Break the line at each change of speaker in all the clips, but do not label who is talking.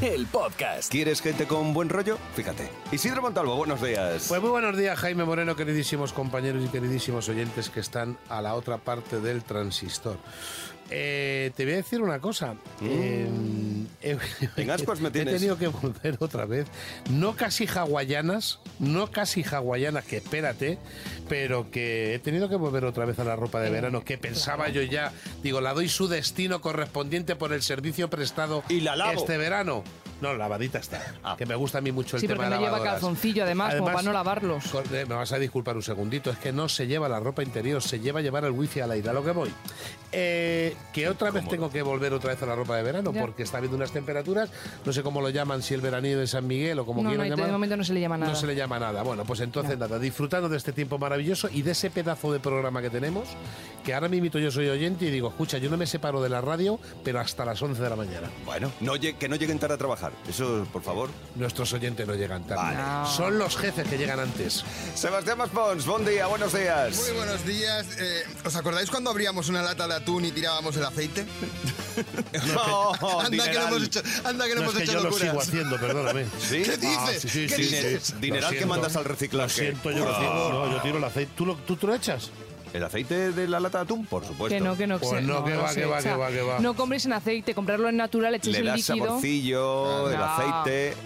el podcast.
¿Quieres gente con buen rollo? Fíjate. Isidro Montalvo, buenos días.
Pues muy buenos días, Jaime Moreno, queridísimos compañeros y queridísimos oyentes que están a la otra parte del transistor. Eh, te voy a decir una cosa. Eh, he-
Mm. En ascuas me
He
tienes.
tenido que volver otra vez. No casi hawaianas, no casi hawaianas, que espérate, pero que he tenido que volver otra vez a la ropa de verano, que pensaba yo ya, digo, la doy su destino correspondiente por el servicio prestado
Y la lavo.
este verano. No, lavadita está.
Ah.
Que me gusta a mí mucho el
Sí,
tema
porque
de
no lleva
lavadoras.
calzoncillo, además, como para no lavarlos.
cor- eh, Me vas a disculpar un segundito, es que no se lleva la ropa interior, se lleva llevar el wifi a la ida, a lo que voy. Eh, que otra vez tengo que volver otra vez a la ropa de verano,
Ya.
porque está habiendo unas temperaturas, no sé cómo lo llaman, si el veranillo de San Miguel o como
No,
quieran
no, de
llamar.
momento no se le llama nada.
No se le llama nada. Bueno, pues entonces nada, disfrutando de este tiempo maravilloso y de ese pedazo de programa que tenemos, que ahora mismo yo soy oyente y digo, escucha, yo no me separo de la radio, pero hasta las 11 de la mañana.
Bueno, no lle- que no lleguen tarde a trabajar. Eso, por favor.
Nuestros oyentes no llegan tarde.
Vale.
No.
Son los jefes que llegan antes.
Sebastián Maspons, buen día, buenos
Muy
días.
buenos días. Eh, ¿Os acordáis cuando abríamos una lata de atún y tirábamos el aceite?
Oh,
anda, que no
dineral.
hemos hecho, anda que no
No,
hemos
es que
hecho
yo lo sigo
locuras.
haciendo, perdóname.
¿Sí?
¿Qué dices?
Ah, sí, sí,
¿Qué
sí, sí.
dices?
Lo
Dineral que
siento.
mandas al
Lo
reciclaje.
siento, yo lo
Ah.
tiro. No, yo tiro el aceite. ¿Tú, lo, tú, tú lo echas?
¿El aceite de la lata de atún? Por supuesto.
Que no, que no.
Pues
se-
no, que va,
se
que va,
echa.
que va, que va.
No compres en aceite, comprarlo en natural, eches
Le
el
das
líquido. Ah,
saborcillo, el
No.
aceite.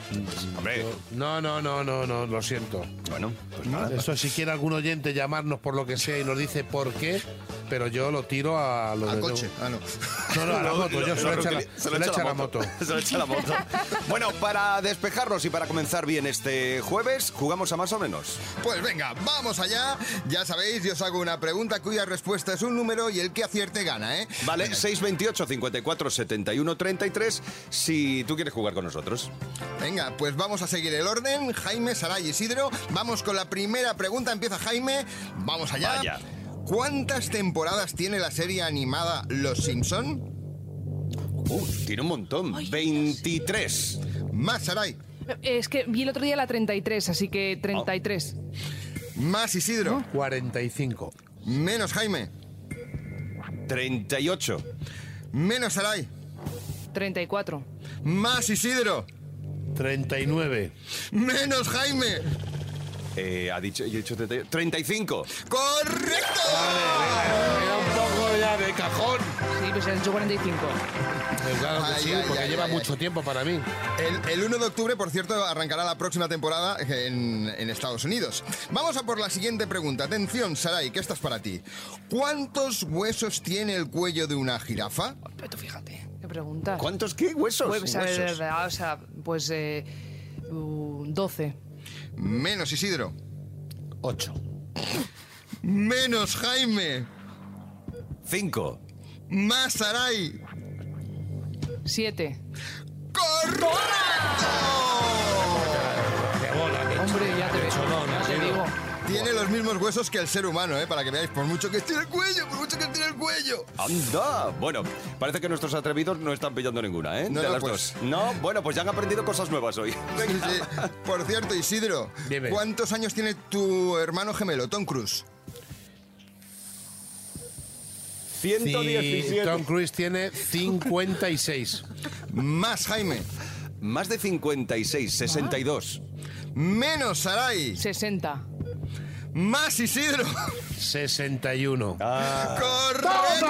Hombre,
No, no, no, no, no, lo siento.
bueno, pues nada.
Eso si quiere algún oyente llamarnos por lo que sea y nos dice por qué, pero yo lo tiro a lo
Al
de-
coche. Ah, no.
No, no, a la
Lo-
moto,
lo-
yo se lo
lo
echo a la-
reutili-
se lo echo a la moto.
Se lo echa a la moto. bueno, para despejarnos y para comenzar bien este jueves, jugamos a más o menos.
Pues venga, vamos allá. Ya sabéis, yo os hago una pregunta cuya respuesta es un número y el que acierte gana, ¿eh?
Vale, 628 54 71 33 si tú quieres jugar con nosotros.
Venga, pues vamos a seguir el orden. Jaime, Saray, Isidro. Vamos con la primera pregunta. Empieza Jaime. Vamos allá.
Vaya.
¿Cuántas temporadas tiene la serie animada Los Simpson?
Uh, tiene un montón. 23.
Más Saray.
Es que vi el otro día la 33, así que 33.
Más Isidro.
45.
Menos Jaime.
38.
Menos Saray.
34.
Más Isidro.
39.
Menos Jaime.
Eh, ha dicho, yo he dicho 30, 35.
¡Correcto!
Era un poco ya de cajón.
Sí, pues han hecho 45.
Pues claro que
Ay,
sí,
ay,
porque
ay,
lleva
ay,
mucho tiempo para mí.
El, el 1 de octubre, por cierto, arrancará la próxima temporada en, en Estados Unidos. Vamos a por la siguiente pregunta. Atención, Sarai, que esta es para ti. ¿Cuántos huesos tiene el cuello de una jirafa?
Pero tú fíjate. ¿Qué preguntas?
¿Cuántos qué huesos?
Pues, a ver,
Huesos.
ah, o sea, pues eh, uh, 12.
Menos Isidro.
8.
Menos Jaime.
Cinco.
Más Sarai.
7.
¡Correcto!
¡Qué bola! qué
Hombre, ya te veo.
cholón,
ya te
aquello.
digo.
Tiene los mismos huesos que el ser humano, ¿eh? Para que veáis, por mucho que esté el cuello, por mucho que esté el cuello.
¡Anda! Bueno, parece que nuestros atrevidos no están pillando ninguna, ¿eh?
No,
de
no,
las
pues-
dos. No, bueno, pues ya han aprendido cosas nuevas hoy.
Sí, sí. Por cierto, Isidro,
Dime.
¿cuántos años tiene tu hermano gemelo, Tom Cruise?
117.
Y Tom Cruise tiene 56.
Más Jaime.
Más de 56, 62.
Menos Sarai.
60.
Más Isidro.
61.
Ah.
¡Correcto!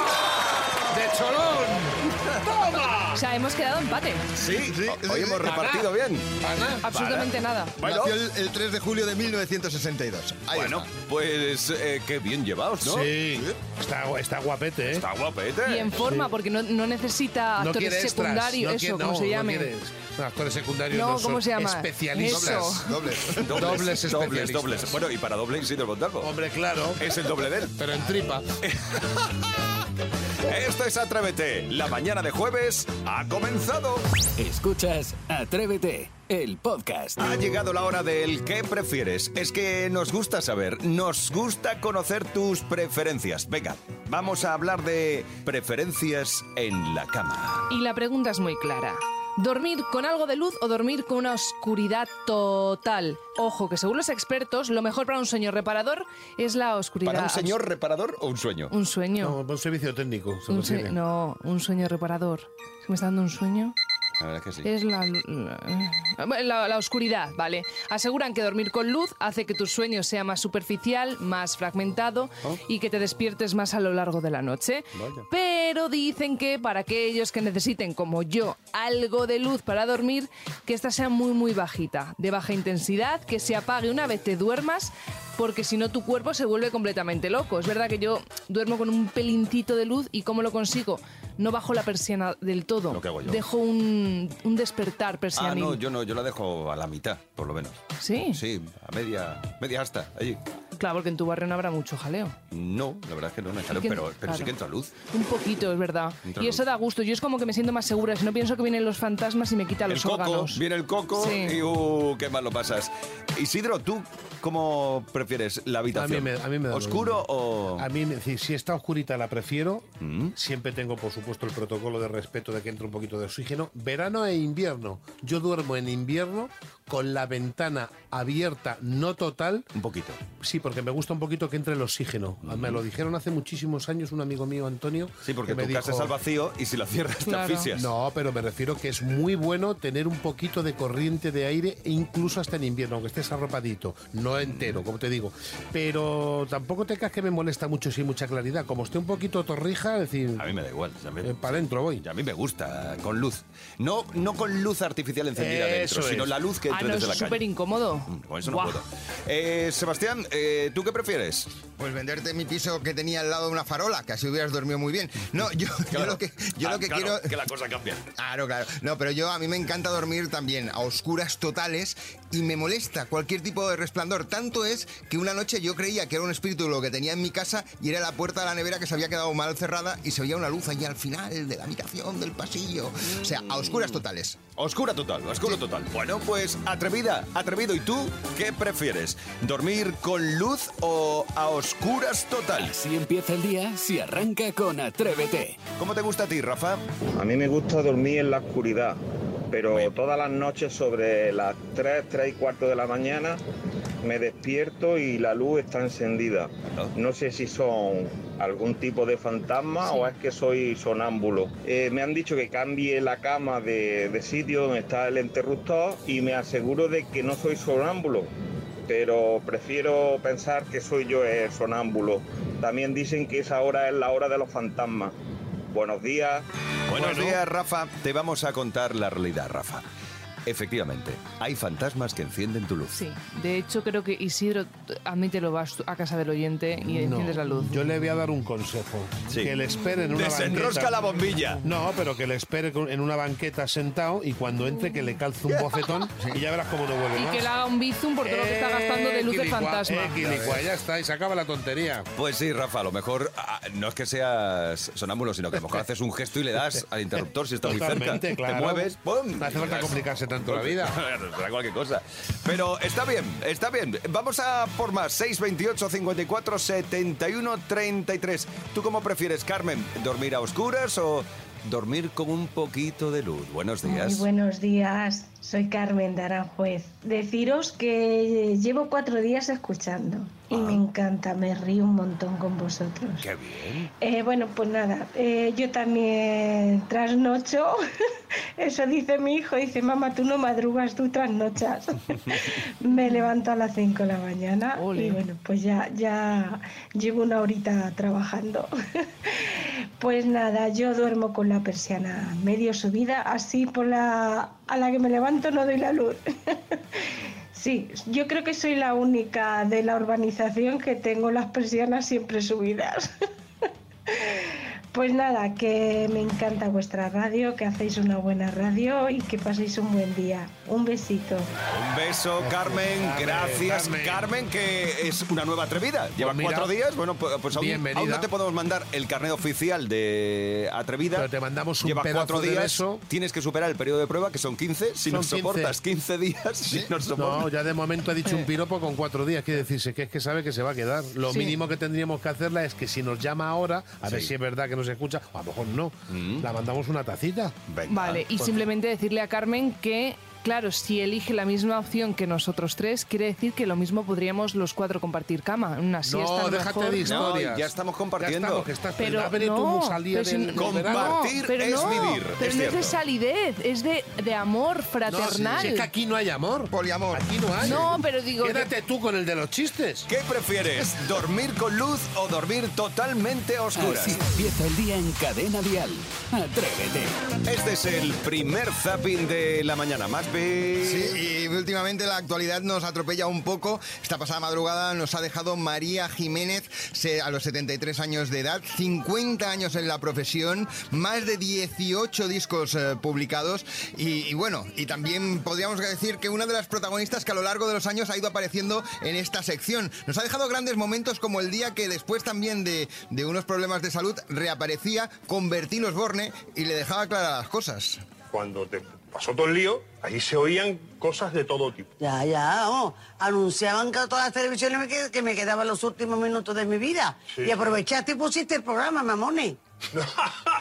¡De cholón!
O sea, hemos quedado empate.
Sí,
sí,
hoy
sí.
hemos repartido bien.
Absolutamente nada.
Bueno,
Nació el, el 3 de julio de 1962. Ahí
bueno,
está.
pues eh, qué bien llevados, ¿no?
Sí. Está, está guapete, ¿eh?
Está guapete.
Y en forma, porque no, no necesita
no
actores
quiere extras,
secundarios,
no
eso,
quiere-
como
no,
se
no
llame.
quiere- no, actores secundarios
No,
no,
¿cómo
son
se llama?
especialistas.
Eso.
Dobles.
Dobles
dobles,
especialistas.
dobles. Bueno, y para doble Isidro Montalvo.
Hombre, claro,
Es el doble de él.
pero en tripa.
Esto es Atrévete, la mañana de jueves ha comenzado.
Escuchas Atrévete, el podcast.
Ha llegado la hora del ¿qué prefieres? Es que nos gusta saber, nos gusta conocer tus preferencias. Venga, vamos a hablar de preferencias en la cama.
Y la pregunta es muy clara. ¿Dormir con algo de luz o dormir con una oscuridad total? Ojo, que según los expertos, lo mejor para un sueño reparador es la oscuridad.
¿Para un señor reparador o un sueño?
Un sueño.
No, un servicio técnico. se
Un sue-
refiere.
no, un sueño reparador. ¿Me está dando un sueño?
La verdad es que sí.
Es la, lu- la- la- la oscuridad, ¿vale? Aseguran que dormir con luz hace que tu sueño sea más superficial, más fragmentado
Oh.
y que te despiertes más a lo largo de la noche. Pero dicen que para aquellos que necesiten, como yo, algo de luz para dormir, que esta sea muy, muy bajita, de baja intensidad, que se apague una vez te duermas. Porque si no, tu cuerpo se vuelve completamente loco. Es verdad que yo duermo con un pelincito de luz y ¿cómo lo consigo? No bajo la persiana del todo.
Lo que hago yo.
Dejo dejo un, un despertar
Ah,
persianil.
no, yo no, yo la dejo a la mitad, por lo menos.
¿Sí?
Sí, a media, media hasta, allí.
Claro, porque en tu barrio no habrá mucho jaleo.
No, la verdad es que no, no hay jaleo,
que-
pero, pero sí
claro.
que entra luz.
Un poquito, es verdad.
Entra
y eso
luz.
da gusto. Yo es como que me siento más segura. Si no pienso que vienen los fantasmas y me quitan
El
los
coco,
órganos.
viene el coco
Sí.
y uh, qué mal lo pasas. Isidro, ¿tú cómo prefieres la
A
habitación?
mí me, a mí me da lo
¿Oscuro
mismo.
o...? Mm.
A mí, me- si, si está oscurita la prefiero. Siempre tengo, por supuesto, el protocolo de respeto de que entre un poquito de oxígeno. Verano e invierno. Yo duermo en invierno con la ventana abierta, no total.
Un poquito. Mm.
Sí, porque me gusta un poquito que entre el oxígeno. Me lo dijeron hace muchísimos años un amigo mío, Antonio.
Sí, porque
que
tu
me
casa
dijo,
es al vacío y si la cierras
Claro.
te asfixias.
No, pero me refiero que es muy bueno tener un poquito de corriente de aire, e incluso hasta en invierno, aunque estés arropadito, no entero, como te digo. Pero tampoco te creas que me molesta mucho sin mucha claridad. Como esté un poquito torrija, es decir,
A mí me da igual. ya me-
para adentro voy.
ya a mí me gusta, con luz. No, no con luz artificial encendida
Eso
dentro, sino
es.
la luz que
Ah,
entra
no,
desde
es
la
súper
calle.
incómodo.
Mm, Con eso no
Buah.
puedo. Eh, Sebastián, eh, ¿tú qué prefieres?
Pues venderte mi piso que tenía al lado de una farola, que así hubieras dormido muy bien. No, yo, yo lo que, yo
Ah,
lo que
claro,
quiero...
Que la cosa cambia.
Claro, claro. No, pero yo a mí me encanta dormir también a oscuras totales y me molesta cualquier tipo de resplandor. Tanto es que una noche yo creía que era un espíritu lo que tenía en mi casa y era la puerta de la nevera que se había quedado mal cerrada y se veía una luz allí al final de la habitación, del pasillo. O sea, a oscuras totales.
Oscura total, oscuro total. Bueno, pues atrevida, atrevido. ¿Y tú qué prefieres? ¿Dormir con luz o a oscuras total?
Si empieza el día, si arranca con Atrévete.
¿Cómo te gusta a ti, Rafa?
A mí me gusta dormir en la oscuridad, pero todas las noches sobre las 3, 3 y cuarto de la mañana me despierto y la luz está encendida. No sé si son algún tipo de fantasma o es que soy sonámbulo. Eh, me han dicho que cambie la cama de, de sitio donde está el interruptor y me aseguro de que no soy sonámbulo. Pero prefiero pensar que soy yo el sonámbulo. También dicen que esa hora es la hora de los fantasmas. Buenos días.
Buenos días, Rafa. Te vamos a contar la realidad, Rafa. Efectivamente, hay fantasmas que encienden tu luz.
Sí. De hecho, creo que Isidro, t- admítelo, vas tú a casa del oyente y
No,
enciendes la luz.
Yo le voy a dar un consejo.
Sí.
Que le esperen en una
Desenrosca
banqueta.
la bombilla.
No, pero que le espere con- en una banqueta sentado y cuando entre que le calce un bofetón y ya verás cómo no vuelve
Y
más.
que le haga un bizum por todo lo que está gastando
Eh,
de luz de
Equilicua-
fantasma.
equilicua, ya está, y se acaba la tontería.
Pues sí, Rafa, a lo mejor ah, no es que seas sonámbulo, sino que a lo mejor haces un gesto y le das al interruptor si está muy cerca.
Totalmente, claro.
Te mueves, ¡pum!
No hace falta
Y das-
complicarse tanto la vida.
Será cualquier cosa. Pero está bien, está bien. Vamos a por más. 628 54 71 33. ¿Tú cómo prefieres, Carmen? ¿Dormir a oscuras o dormir con un poquito de luz? Buenos
Muy
días.
buenos días, soy Carmen de Aranjuez. Deciros que llevo cuatro días escuchando y me encanta, me río un montón con vosotros.
Qué bien.
Eh, bueno, pues nada, eh, yo también trasnocho, eso dice mi hijo, dice mamá, tú no madrugas, tú trasnochas. me levanto a las 5 de la mañana
Ole.
y bueno, pues ya, ya llevo una horita trabajando. Pues nada, yo duermo con la persiana medio subida, así por la a la que me levanto no doy la luz. Sí, yo creo que soy la única de la urbanización que tengo las persianas siempre subidas. Pues nada, que me encanta vuestra radio, que hacéis una buena radio y que paséis un buen día. Un besito.
Un beso, Carmen.
Carmen,
Gracias, Carmen,
Carmen.
que es una nueva atrevida. Lleva
Pues mira,
cuatro días. Bueno, pu- pues aún,
bienvenida.
aún no te podemos mandar el carnet oficial de atrevida.
Pero te mandamos un
Lleva
pedazo
cuatro
de
días.
beso.
Tienes que superar el periodo de prueba, que son 15. Si
Son
nos
15.
soportas 15 días, si nos soportas.
No, ya de momento ha dicho un piropo con cuatro días. Quiere decirse que es que sabe que se va a quedar. Lo
Sí.
mínimo que tendríamos que hacerla es que si nos llama ahora, a ver
Sí.
si es verdad que nos escucha, o a lo mejor no, la mandamos una tacita.
Venga.
Vale, y simplemente decirle a Carmen que, claro, si elige la misma opción que nosotros tres, quiere decir que lo mismo podríamos los cuatro compartir cama. Una siesta a
no,
lo
déjate
mejor.
de historias.
No, ya estamos compartiendo.
Ya estamos, que estás
Pero
a ver, tú
no,
salía
pero si-
del- del verano.
Comparte. Compartir
pero
es
no,
vivir,
Pero
es
no
cierto.
es de salidez, es de, de amor
No, si-
fraternal.
si es que aquí no hay amor.
Poliamor.
Aquí no hay.
No, pero digo-
Quédate tú con el de los chistes.
¿Qué prefieres? ¿Dormir con luz o dormir totalmente a oscuras?
Así empieza el día en Cadena Dial. Atrévete.
Este es el primer zapping de la mañana. Más bien.
Sí, y últimamente la actualidad nos atropella un poco. Esta pasada madrugada nos ha dejado María Jiménez se- a los 73 años de edad, 50 años en la profesión, más de 18 discos eh, publicados y, y bueno, y también podríamos decir que una de las protagonistas que a lo largo de los años ha ido apareciendo en esta sección. Nos ha dejado grandes momentos como el día que después también de, de unos problemas de salud reaparecía con Bertín Osborne y le dejaba claras las cosas.
cuando te pasó todo el lío, ahí se oían cosas de todo tipo.
Ya, ya, vamos. Anunciaban que todas las televisiones que, que me quedaban los últimos minutos de mi vida.
Sí.
Y aprovechaste y pusiste el programa, mamones.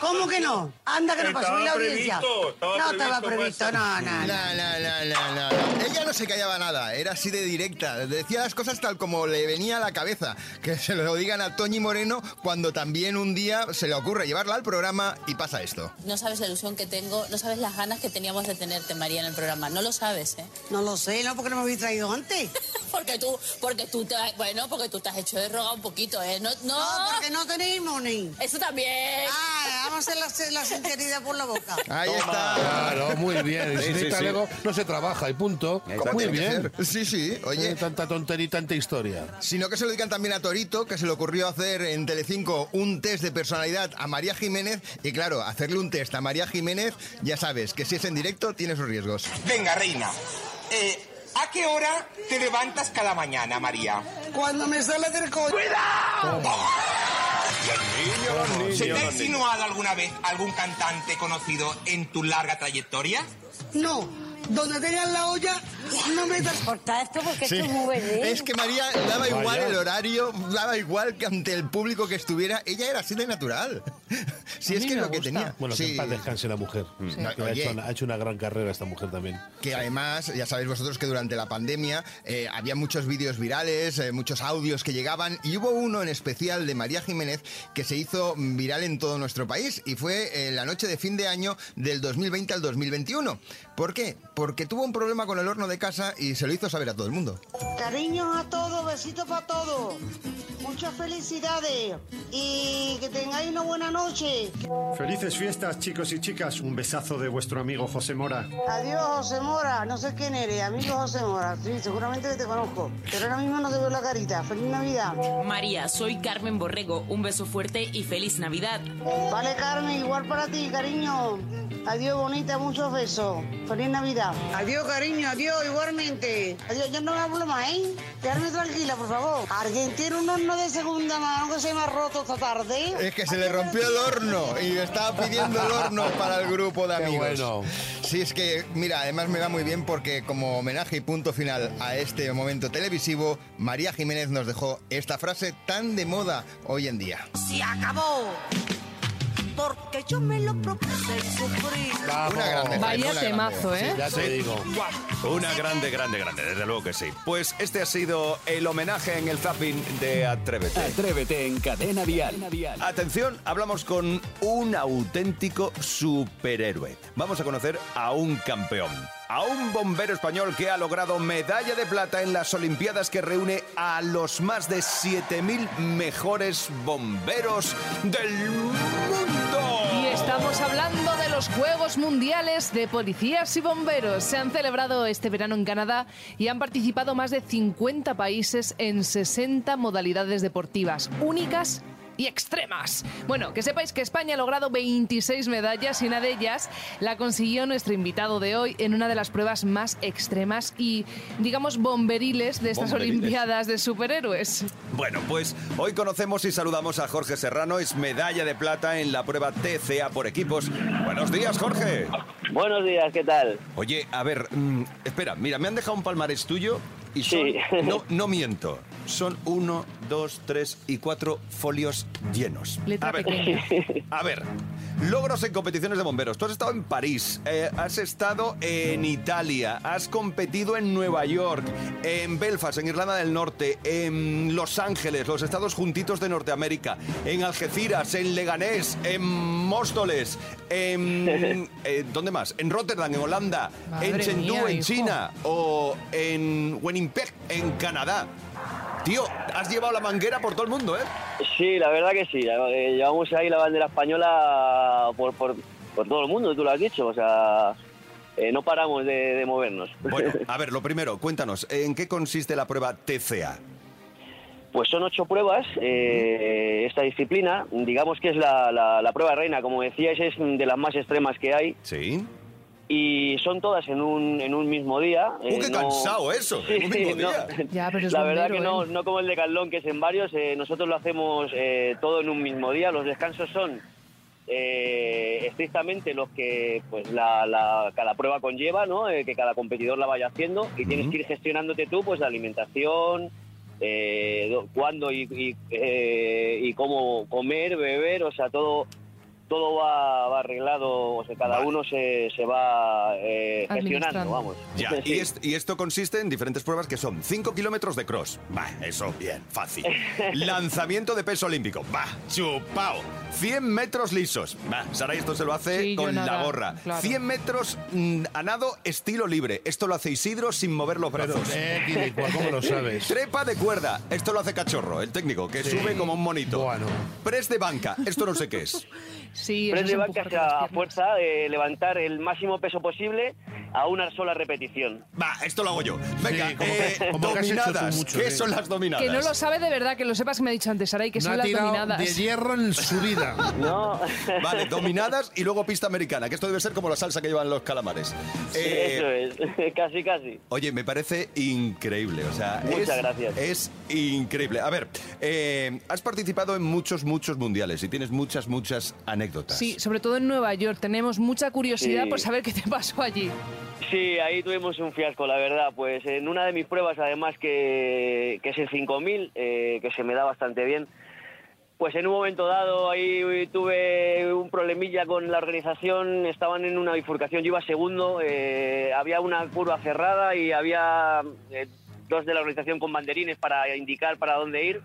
¿Cómo que no? Anda que no pasó
Estaba
y la audiencia.
previsto, estaba
no estaba
previsto,
previsto,
pues.
no, no, no.
No, no, no, no, no, no. Ella no se callaba nada, era así de directa. Decía las cosas tal como le venía a la cabeza. Que se lo digan a Toñi Moreno cuando también un día se le ocurre llevarla al programa y pasa esto.
No sabes la ilusión que tengo, no sabes las ganas que teníamos de tenerte, María, en el programa. No lo sabes, ¿eh?
No lo sé, no, porque no me habéis traído antes.
Porque tú, porque tú te, bueno, porque tú te has hecho de roga un poquito, ¿eh? No, no.
No, porque no tenéis money.
Eso también.
Ah, vamos a hacer la, la sinceridad por la boca.
Ahí está.
Claro, muy bien. Y
Sí,
si
sí,
necesita
sí.
algo, no se trabaja y punto.
Exacto.
Muy
Tiene que
bien.
ser. Sí, sí,
Oye,
oye.
tanta tontería y tanta historia.
Sino que se lo digan también a Torito, que se le ocurrió hacer en Telecinco un test de personalidad a María Jiménez. Y claro, hacerle un test a María Jiménez, ya sabes que si es en directo tiene sus riesgos.
Venga, reina. Eh, ¿A qué hora te levantas cada mañana, María?
Cuando me sale del coche.
¿Se te ha insinuado alguna vez algún cantante conocido en tu larga trayectoria?
No, donde tengan la olla, no me das.
Corta esto porque
Sí. Es que María daba igual
Vaya.
el horario, daba igual que ante el público que estuviera. Ella era así de natural. Si
A
es
mí
que es
me
lo que
gusta.
tenía.
Bueno, que Mm.
Sí,
en paz descanse la mujer. Que ha,
Oye.
hecho, una- ha hecho una gran carrera esta mujer también.
que además, ya sabéis vosotros que durante la pandemia eh, había muchos vídeos virales, eh, muchos audios que llegaban y hubo uno en especial de María Jiménez que se hizo viral en todo nuestro país y fue eh, la noche de fin de año del 2020 al 2021. ¿Por qué? Porque tuvo un problema con el horno de casa y se lo hizo saber a todo el mundo.
Cariños a todos, besitos para todos. Muchas felicidades y que tengáis una buena noche.
Felices fiestas, chicos y chicas. Un besazo de vuestro amigo José Mora.
Adiós, José Mora. No sé quién eres, amigo José Mora. Sí, seguramente que te conozco, pero ahora mismo no te veo la carita. Feliz Navidad.
María, soy Carmen Borrego. Un beso fuerte y feliz Navidad.
Vale, Carmen, igual para ti, cariño. Adiós, bonita, muchos besos. Feliz Navidad. Adiós, cariño, adiós, igualmente. Adiós, yo no me hablo más, ¿eh? Quedarme tranquila, por favor. Alguien tiene un horno de segunda mano que se me ha roto esta tarde.
Es que se le rompió el horno y estaba pidiendo el horno para el grupo de
Qué
amigos.
bueno.
Sí, es que, mira, además me va muy bien porque como homenaje y punto final a este momento televisivo, María Jiménez nos dejó esta frase tan de moda hoy en día.
Se acabó. Porque yo me lo propuse sufrir.
Una grande.
Vaya
una grande.
temazo, ¿eh?
Ya te digo.
Una grande, grande, grande, desde luego que sí. Pues este ha sido el homenaje en el zapping de Atrévete.
Atrévete en Cadena Dial.
Atención, hablamos con un auténtico superhéroe. Vamos a conocer a un campeón, a un bombero español que ha logrado medalla de plata en las Olimpiadas que reúne a los más de 7.000 mejores bomberos del mundo.
Y estamos hablando de los Juegos Mundiales de Policías y Bomberos. Se han celebrado este verano en Canadá y han participado más de 50 países en 60 modalidades deportivas, únicas y extremas. Bueno, que sepáis que España ha logrado 26 medallas y una de ellas la consiguió nuestro invitado de hoy en una de las pruebas más extremas y, digamos, bomberiles de estas
Bomberiles.
Olimpiadas de superhéroes.
Bueno, pues hoy conocemos y saludamos a Jorge Serrano, es medalla de plata en la prueba TCA por equipos. Buenos días, Jorge.
Buenos días, ¿qué tal?
Oye, a ver, mm, espera, mira, me han dejado un palmarés tuyo y son, no, no miento, son uno, dos, tres y cuatro folios llenos.
Letra
a ver,
pequeña.
a ver, logros en competiciones de bomberos. Tú has estado en París, eh, has estado en Italia, has competido en Nueva York, en Belfast, en Irlanda del Norte, en Los Ángeles, los Estados Juntitos de Norteamérica, en Algeciras, en Leganés, en Móstoles, en... eh, ¿Dónde más? En Rotterdam, en Holanda,
Madre
en Chengdu,
mía,
en
hijo.
China o en Winnipeg, en Canadá. Tío, has llevado la manguera por todo el mundo, ¿eh?
Sí, la verdad que sí. la- eh, Llevamos ahí la bandera española por, por, por todo el mundo, tú lo has dicho. O sea, eh, no paramos de, de movernos.
Bueno, a ver, lo primero, cuéntanos, ¿en qué consiste la prueba TCA?
Pues son ocho pruebas. eh, esta disciplina, digamos que es la, la- la prueba reina, como decíais, es de las más extremas que hay.
Sí.
Y son todas en un, en un mismo día. eh,
¡Uh, qué cansado eso, en un mismo
no-
día.
Ya, pero es
la verdad
bombero, ¿eh?
que no, no como el de Carlón, que es en varios. eh, nosotros lo hacemos eh, todo en un mismo día. Los descansos son eh, estrictamente los que pues la, la- cada prueba conlleva, ¿no? Eh, que cada competidor la vaya haciendo y tienes que ir gestionándote tú pues la alimentación, eh, do- cuándo y, y, eh, y cómo comer, beber, o sea, todo... Todo va, va arreglado, o sea, cada uno se, se va eh, gestionando, vamos.
Ya, y, est- y esto consiste en diferentes pruebas que son 5 kilómetros de cross. Va, eso, bien, fácil. Lanzamiento de peso olímpico. Va, chupao. 100 metros lisos. Va, Saray esto se lo hace
Sí, yo
con la
nada,
gorra.
claro.
100 metros mm, a nado estilo libre. Esto lo hace Isidro sin mover los brazos.
eh, Guillermo, ¿cómo lo sabes?
Trepa de cuerda. Esto lo hace Cachorro, el técnico, que
Sí.
sube como un monito. Press de banca. Esto no sé qué es.
Sí, eso
Press
es
de
un
banca
empujarte
a fuerza, eh, levantar el máximo peso posible a una sola repetición.
Va, esto lo hago yo. Venga, eh,
como que has hecho tú
dominadas.
mucho,
¿Qué
sí.
son las dominadas?
Que no lo sabe de verdad, que lo sepas que me ha dicho antes, Saray, que
No
son
ha
las
tirado
dominadas.
de hierro
en su vida.
No.
Vale, dominadas y luego pista americana, que esto debe ser como la salsa que llevan los calamares. Eh,
eso es, casi casi.
Oye, me parece increíble, o sea,
Muchas
es,
gracias.
es increíble. A ver, eh, has participado en muchos, muchos mundiales y tienes muchas, muchas anécdotas.
Sí, sobre todo en Nueva York. Tenemos mucha curiosidad
Sí.
por saber qué te pasó allí.
Sí, ahí tuvimos un fiasco, la verdad. Pues en una de mis pruebas, además que, que es el 5000, eh, que se me da bastante bien, pues en un momento dado ahí tuve un problemilla con la organización, estaban en una bifurcación, yo iba segundo, eh, había una curva cerrada y había eh, dos de la organización con banderines para indicar para dónde ir.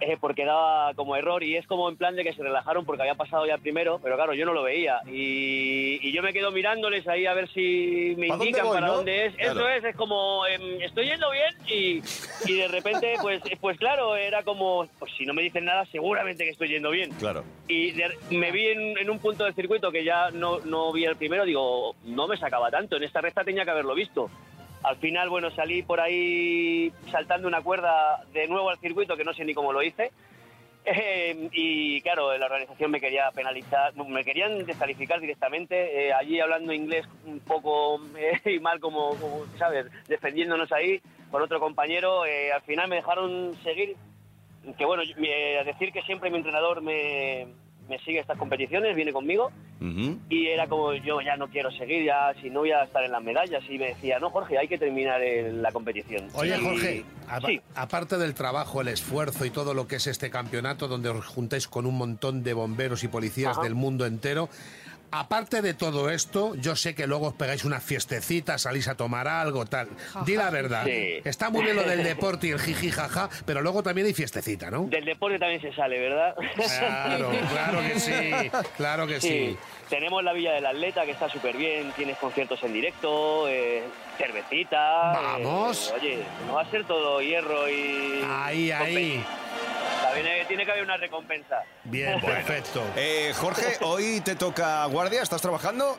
eh, porque daba como error y es como en plan de que se relajaron porque había pasado ya el primero, pero claro, yo no lo veía. Y, y yo me quedo mirándoles ahí a ver si me
¿Pa' dónde
indican
voy,
para
no?
dónde es.
Claro.
Eso es, es como, em, estoy yendo bien y, y de repente, pues, pues claro, era como, pues si no me dicen nada, seguramente que estoy yendo bien.
Claro.
Y de- me vi en, en un punto del circuito que ya no, no vi el primero, digo, no me sacaba tanto, en esta recta tenía que haberlo visto. Al final, bueno, salí por ahí saltando una cuerda de nuevo al circuito, que no sé ni cómo lo hice. Eh, y claro, la organización me quería penalizar, me querían descalificar directamente, eh, allí hablando inglés un poco eh, y mal como, como, ¿sabes? Defendiéndonos ahí con otro compañero, eh, al final me dejaron seguir, que bueno, yo- eh, a decir que siempre mi entrenador me, me sigue a estas competiciones, viene conmigo, y era como yo ya no quiero seguir, ya si no voy a estar en las medallas, y me decía, no Jorge, hay que terminar eh, la competición.
Oye,
Y-
Jorge, a- aparte del trabajo, el esfuerzo y todo lo que es este campeonato, donde os juntáis con un montón de bomberos y policías
Ajá.
del mundo entero, aparte de todo esto, yo sé que luego os pegáis una fiestecita, salís a tomar algo, tal. Di la verdad.
Sí.
Está muy bien lo del deporte y el jiji jaja, pero luego también hay fiestecita, ¿no?
Del deporte también se sale, ¿verdad?
Claro, claro que sí, claro que sí.
Tenemos la Villa del Atleta, que está súper bien, tienes conciertos en directo, eh, cervecita.
Vamos.
eh, oye, no va a ser todo hierro y...
Ahí, ahí.
También eh, tiene que haber una recompensa.
Bien, perfecto.
Eh, Jorge, hoy te toca guardia, ¿estás trabajando?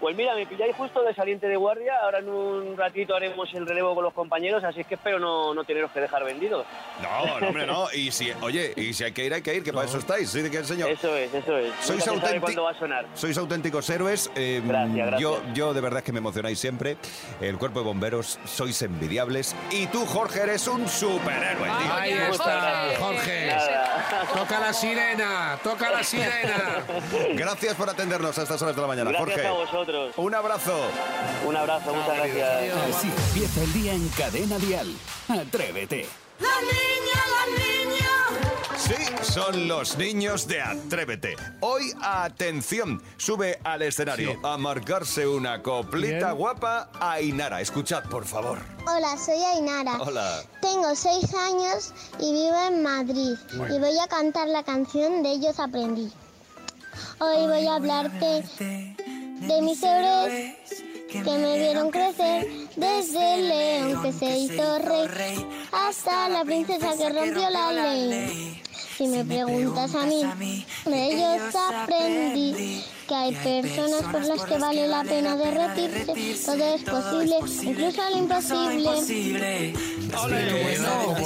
Pues mira, me pilláis justo de saliente de guardia. Ahora en un ratito haremos el relevo con los compañeros, así es que espero no, no teneros que dejar vendidos.
No, no, hombre, no. Y si, oye, y si hay que ir, hay que ir, que para eso estáis. Sí, de que el señor.
Eso es, eso es.
Sois
Nunca se sabe
auténticos.
cuándo va a sonar.
Sois auténticos héroes. eh,
Gracias, gracias.
Yo, yo de verdad es que me emocionáis siempre. El cuerpo de bomberos, sois envidiables. Y tú, Jorge, eres un superhéroe. tío.
Ahí está, Jorge. Toca la sirena, toca la sirena.
Gracias por atendernos a estas horas de la mañana,
Gracias
Jorge.
a vosotros.
Un abrazo.
Un abrazo, muchas gracias.
Así empieza el día en Cadena Dial. Atrévete.
La niña, la niña.
Sí, son los niños de Atrévete. Hoy, atención, sube al escenario a marcarse una coplita guapa a Inara. Escuchad, por favor.
Hola, soy Ainara.
Hola.
Tengo seis años y vivo en Madrid.
Muy
Y
bien.
voy a cantar la canción de Ellos Aprendí. Hoy voy a hablarte de mis héroes que me vieron crecer desde el león que se hizo rey hasta la princesa que rompió la ley. Si me preguntas a mí, de ellos aprendí que hay personas por las que vale la pena derretirse, todo es posible, incluso lo imposible.
eh, Como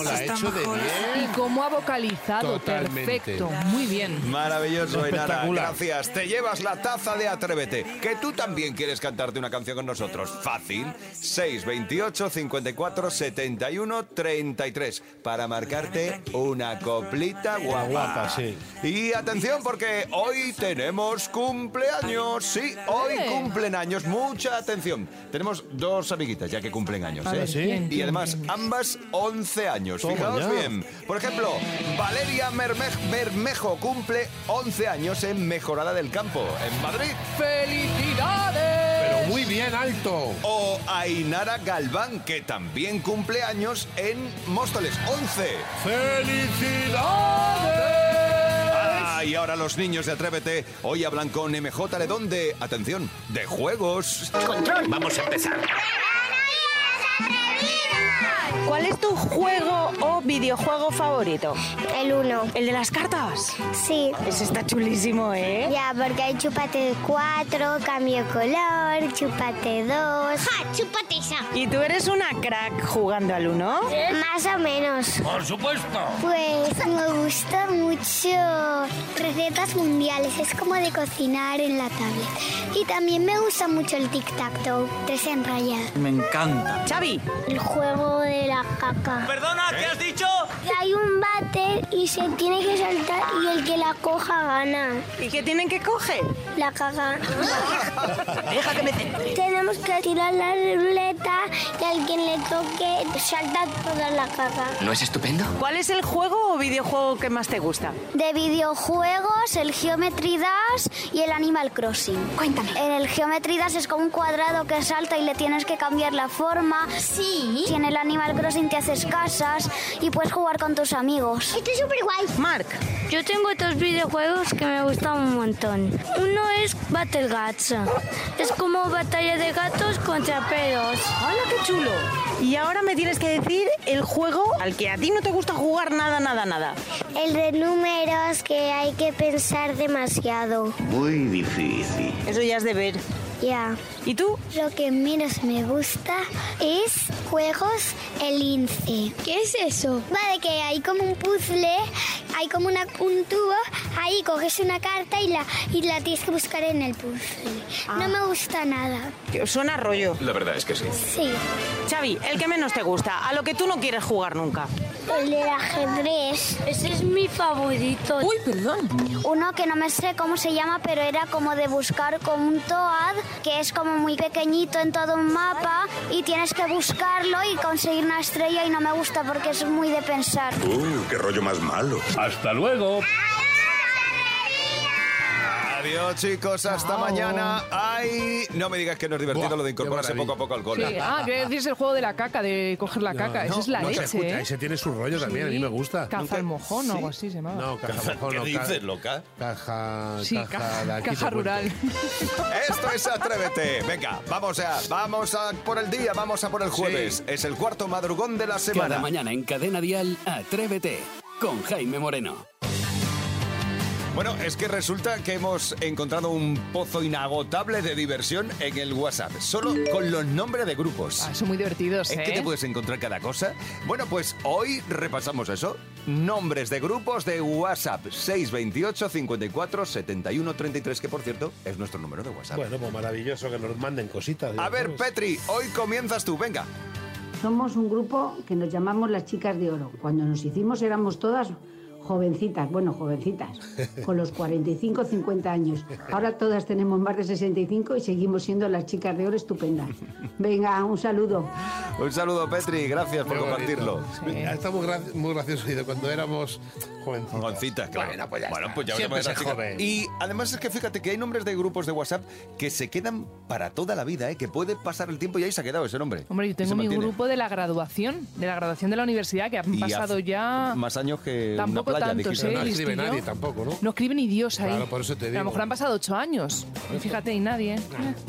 la ha hecho de
Y cómo ha vocalizado,
¿Eh? Totalmente.
perfecto, muy bien.
Maravilloso, Inara.
Espectacular.
Gracias. Te llevas la taza de Atrévete. Que tú también quieres cantarte una canción con nosotros. Fácil. 628 54 71 33. Para marcarte una coplita guapa.
Guapa, sí.
Y atención, porque hoy tenemos cumpleaños. Sí, hoy
Eh.
cumplen años. Mucha atención. Tenemos dos amiguitas ya que cumplen años.
A
¿eh?
ver, ¿sí? ¿quién,
Y
quién,
además, ambas 11 años.
Toma
Fijaos
ya.
bien. Por ejemplo, Valeria Merme- Bermejo cumple 11 años en Mejorada del Campo, en Madrid.
¡Felicidades!
Pero muy bien, alto.
O Ainara Galván, que también cumple años en Móstoles, 11. ¡Felicidades! Ah, y ahora los niños de Atrévete hoy hablan con MJ de dónde, atención, de juegos. Vamos a empezar.
¿Cuál es tu juego o videojuego favorito?
El uno.
¿El de las cartas?
Sí.
Ese está chulísimo, ¿eh?
Ya, porque hay chupate 4, cambio color, chupate 2. ¡Ja! ¡Chupate esa!
¿Y tú eres una crack jugando al uno?
Más o menos.
Por supuesto.
Pues me gusta mucho recetas mundiales, es como de cocinar en la tablet. Y también me gusta mucho el tic-tac-toe, tres enrayadas.
Me encanta.
Xavi. El juego de la caca.
Perdona, ¿qué has dicho?
Hay un váter y se tiene que saltar y el que la coja gana.
¿Y qué tienen que coger?
La caca.
Deja que me centre.
Tenemos que tirar la ruleta y al quien le toque salta toda la caca.
¿No es estupendo?
¿Cuál es el juego o videojuego que más te gusta?
De videojuegos, el Geometry Dash y el Animal Crossing. Cuéntame. En el Geometry Dash es como un cuadrado que salta y le tienes que cambiar la forma. Sí. Y en el Animal Crossing te haces casas y puedes jugar con tus amigos. Esto Este es súper guay.
Mark.
Yo tengo dos videojuegos que me gustan un montón. Uno es Battle Gats. Es como batalla de gatos contra perros.
¡Hola, qué chulo! Y ahora me tienes que decir el juego al que a ti no te gusta jugar nada, nada, nada.
El de números que hay que pensar demasiado.
Muy difícil.
Eso ya es de ver.
Ya.
¿Y tú?
Lo que menos me gusta es juegos el lince. ¿Qué es eso? Vale, que hay como un puzzle, hay como una- un tubo, ahí coges una carta y la, y la tienes que buscar en el puzzle.
Ah.
No me gusta nada.
Que Suena rollo.
La verdad es que sí.
Sí.
Xavi, el que menos te gusta, a lo que tú no quieres jugar nunca.
El del ajedrez. Ese es mi favorito. Uy, perdón. Uno que no me sé cómo se llama, pero era como de buscar con un toad, que es como muy pequeñito en todo un mapa, y tienes que buscarlo y conseguir una estrella, y no me gusta porque es muy de pensar.
Uh, qué rollo más malo. Hasta luego.
Adiós, chicos. Hasta mañana. Ay, no me digas que no es divertido lo de incorporarse poco a poco al
Sí,
cole.
Ah, quería decir es el juego de la caca, de coger la caca. Esa
No,
es la
no, se
leche,
escucha,
¿eh?
Ese tiene su rollo también, a mí me gusta.
Caza al mojón o algo así se llamaba.
No, caja mojón.
¿Qué
no, ca-
dices, loca?
Caja,
Sí, caja-
de aquí
caja
se cuenta.
rural.
Esto es Atrévete. Venga, vamos a, vamos a por el día, vamos a por el jueves. Es el cuarto madrugón de la
Cada
semana.
mañana en Cadena Dial, Atrévete con Jaime Moreno.
Bueno, es que resulta que hemos encontrado un pozo inagotable de diversión en el WhatsApp, solo con los nombres de grupos.
Ah, son muy divertidos,
¿Es
¿eh?
que pues, te puedes encontrar cada cosa? Bueno, pues hoy repasamos eso. Nombres de grupos de WhatsApp 628 54 71 33, que por cierto es nuestro número de WhatsApp.
Bueno, pues maravilloso que nos manden cositas.
A ver, Petri, hoy comienzas tú, venga.
Somos un grupo que nos llamamos las chicas de oro. Cuando nos hicimos éramos todas jovencitas, bueno, jovencitas, con los 45, 50 años. Ahora todas tenemos más de 65 y seguimos siendo las chicas de oro estupendas. Venga, un saludo.
Un saludo, Petri, gracias por
Qué bonito. Ah,
compartirlo.
Está muy, gra- muy gracioso oído cuando éramos jovencitas.
Jovencitas, claro.
Bueno, pues ya está.
veremos
Siempre se
las chicas.
joven.
Y además es que fíjate que hay nombres de grupos de WhatsApp que se quedan para toda la vida, ¿eh? que puede pasar el tiempo y ahí se ha quedado ese nombre.
Hombre, yo
Se
tengo mi
mantiene.
grupo de la graduación, de la graduación de la universidad, que han
Y hace
pasado ya...
Más años que una
Tampoco
playa.
tantos,
dijiste.
¿eh? No escribe Listillo. nadie
tampoco,
No escribe ni Dios ahí.
Claro, por eso te
A
digo.
lo mejor han pasado ocho años. Y fíjate, y nadie. ¿eh?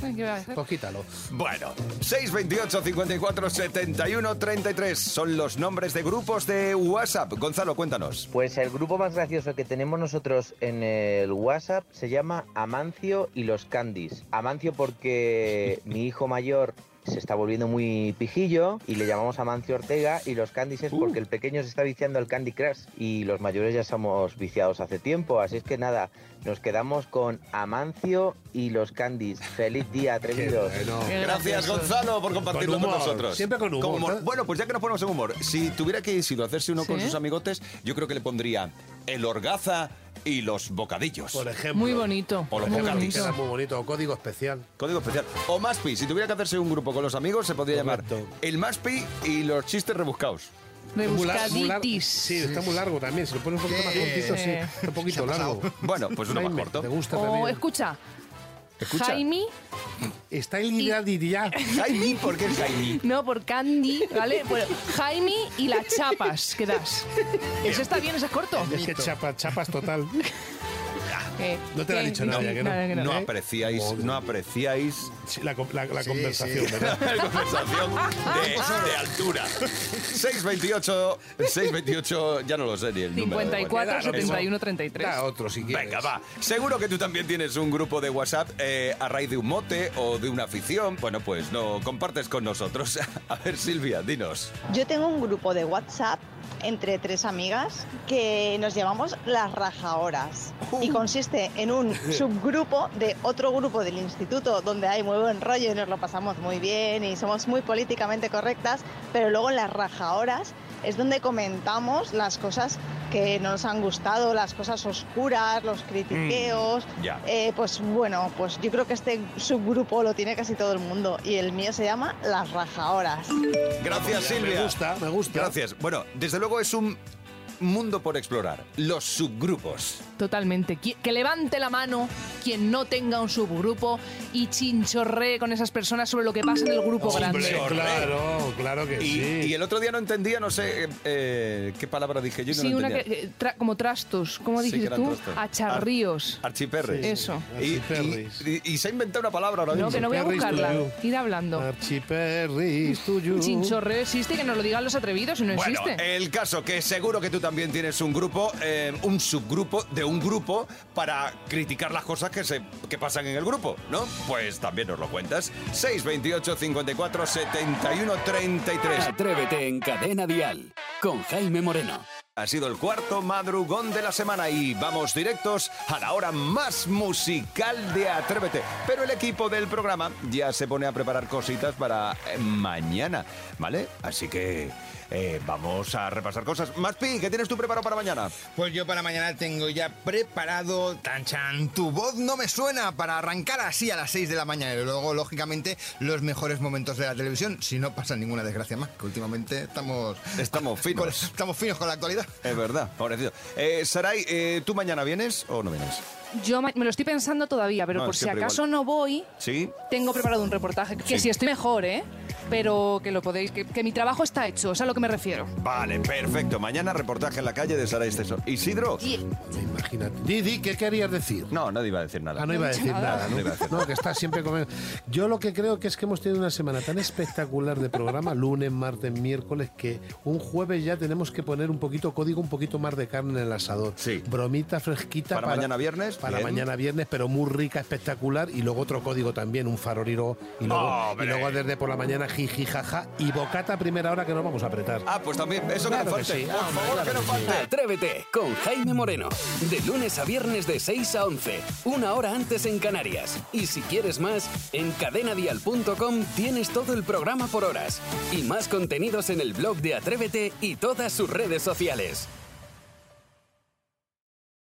Eh, ¿qué va a hacer?
quítalo.
Bueno, 628 54 71 33 son los nombres de grupos de WhatsApp. Gonzalo, cuéntanos.
Pues el grupo más gracioso que tenemos nosotros en el WhatsApp se llama Amancio y los Candies. Amancio porque mi hijo mayor se está volviendo muy pijillo y le llamamos Amancio Ortega y los Candies es porque el pequeño se está viciando al Candy Crush y los mayores ya somos viciados hace tiempo. Así es que nada, nos quedamos con Amancio y los Candies. Feliz día, atrevidos.
Gracias, Gonzalo, por compartirlo
Con
con,
humor,
nosotros.
siempre con humor, ¿eh?
Bueno, pues ya que nos ponemos en humor, si tuviera que Isidro hacerse uno con
¿Sí?
sus amigotes, yo creo que le pondría el orgaza y los bocadillos.
Por ejemplo.
Muy bonito.
O los
muy
bocatis.
bonito.
Era muy bonito. o Código especial.
Código especial. O Maspi, si tuviera que hacerse un grupo con los amigos, se podría llamar el Maspi y los chistes rebuscados.
Rebuscaditis. Muy lar- muy lar- sí, está muy largo también. Si lo pones un poquito más cortito, sí. Está un poquito largo.
Bueno, pues uno más
Jaime,
corto.
¿Te gusta
O
también?
escucha,
Escucha.
Jaime,
Está el ideal diría.
Jaime, ¿por qué es Jaime?
no por Candy, ¿vale? Bueno, Jaime y las chapas que das. Eso está bien, eso es corto.
Es que chapa, chapas total.
Eh,
No te lo ha
que-
dicho nadie, que no.
nada,
No
¿Eh?
apreciáis, no apreciáis
la,
Sí,
conversación,
sí.
¿verdad?
La conversación
Ah.
Ah,
de, de altura. 628, 628, ya no lo sé ni el número. de
54,
WhatsApp.
71, 33.
otro si quieres.
Venga, va. Seguro que tú también tienes un grupo de WhatsApp eh, a raíz de un mote o de una afición. Bueno, pues no compartes con nosotros. A ver, Silvia, dinos.
Yo tengo un grupo de WhatsApp entre tres amigas que nos llamamos las rajahoras y consiste en un subgrupo de otro grupo del instituto donde hay muy buen rollo y nos lo pasamos muy bien y somos muy políticamente correctas, pero luego en las rajahoras es donde comentamos las cosas que nos han gustado, las cosas oscuras, los critiqueos.
ya.
Eh, pues bueno, pues yo creo que este subgrupo lo tiene casi todo el mundo y el mío se llama Las Rajahoras.
Gracias,
Me
Silvia.
gusta, me gusta.
Gracias. Bueno, desde luego es un mundo por explorar. Los subgrupos.
Totalmente. Qui- Que levante la mano quien no tenga un subgrupo y chinchorree con esas personas sobre lo que pasa en el grupo grande.
Hombre,
Claro, claro que
y,
sí.
Y el otro día no entendía, no sé eh, eh, qué palabra dije yo. y no
Sí,
lo
una que,
entendía.
que eh, tra- como trastos, ¿cómo
Sí, que
dijiste
eran
tú? Ah,
trastos. Ah,
Acharríos.
Archiperres.
Sí, Eso.
Y, y- y- y se ha inventado una palabra ahora mismo.
no, que no voy a buscarla. Ir hablando.
Archiperris tuyo.
Chinchorreo existe, que nos lo digan los atrevidos y no
Bueno, eh.
existe.
el caso que seguro que tú también tienes un grupo, eh, un subgrupo de un grupo para criticar las cosas que, se, que pasan en el grupo, ¿no? Pues también nos lo cuentas. 628 54 71 33.
Atrévete en Cadena Dial con Jaime Moreno.
Ha sido el cuarto madrugón de la semana y vamos directos a la hora más musical de Atrévete. Pero el equipo del programa ya se pone a preparar cositas para eh, mañana, ¿vale? Así que eh, vamos a repasar cosas. Maspi, ¿qué tienes tú preparado para mañana?
Pues yo para mañana tengo ya preparado tan chan. Tu voz no me suena para arrancar así a las 6 de la mañana. Y luego, lógicamente, los mejores momentos de la televisión, si no pasa ninguna desgracia más, que últimamente estamos.
Estamos finos.
con- estamos finos con la actualidad.
Es verdad, pobrecito. Eh, Saray, eh, ¿tú mañana vienes o no vienes?
Yo ma- me lo estoy pensando todavía, pero
No,
por si
siempre
acaso
igual.
no voy,
¿Sí?
tengo preparado un reportaje. Que
Sí.
si estoy mejor, ¿eh? pero que lo podéis, que, que mi trabajo está hecho, es a lo que me refiero.
Vale, perfecto. Mañana reportaje en la calle de Sara Esteso. Isidro.
Imagínate. Didi, ¿qué querías decir?
No, no iba a decir nada.
Ah, no iba a decir nada,
No
¿no?
iba a decir
No, que está siempre comiendo. Yo lo que creo que es que hemos tenido una semana tan espectacular de programa, lunes, martes, miércoles, que un jueves ya tenemos que poner un poquito código, un poquito más de carne en el asador. Sí. Bromita fresquita.
Para mañana viernes,
Para
bien.
mañana viernes, pero muy rica, espectacular. Y luego otro código también, un faroriro. Y luego, y
¡Hombre!
luego desde por la mañana, jiji, jaja. Y bocata a primera hora que nos vamos a apretar.
Ah, pues también, eso que
Claro
no
que
falte.
sí,
Por
hombre,
favor, que no falte.
Atrévete con Jaime Moreno. De lunes a viernes de 6 a 11, una hora antes en Canarias. Y si quieres más, en cadenadial.com tienes todo el programa por horas y más contenidos en el blog de Atrévete y todas sus redes sociales.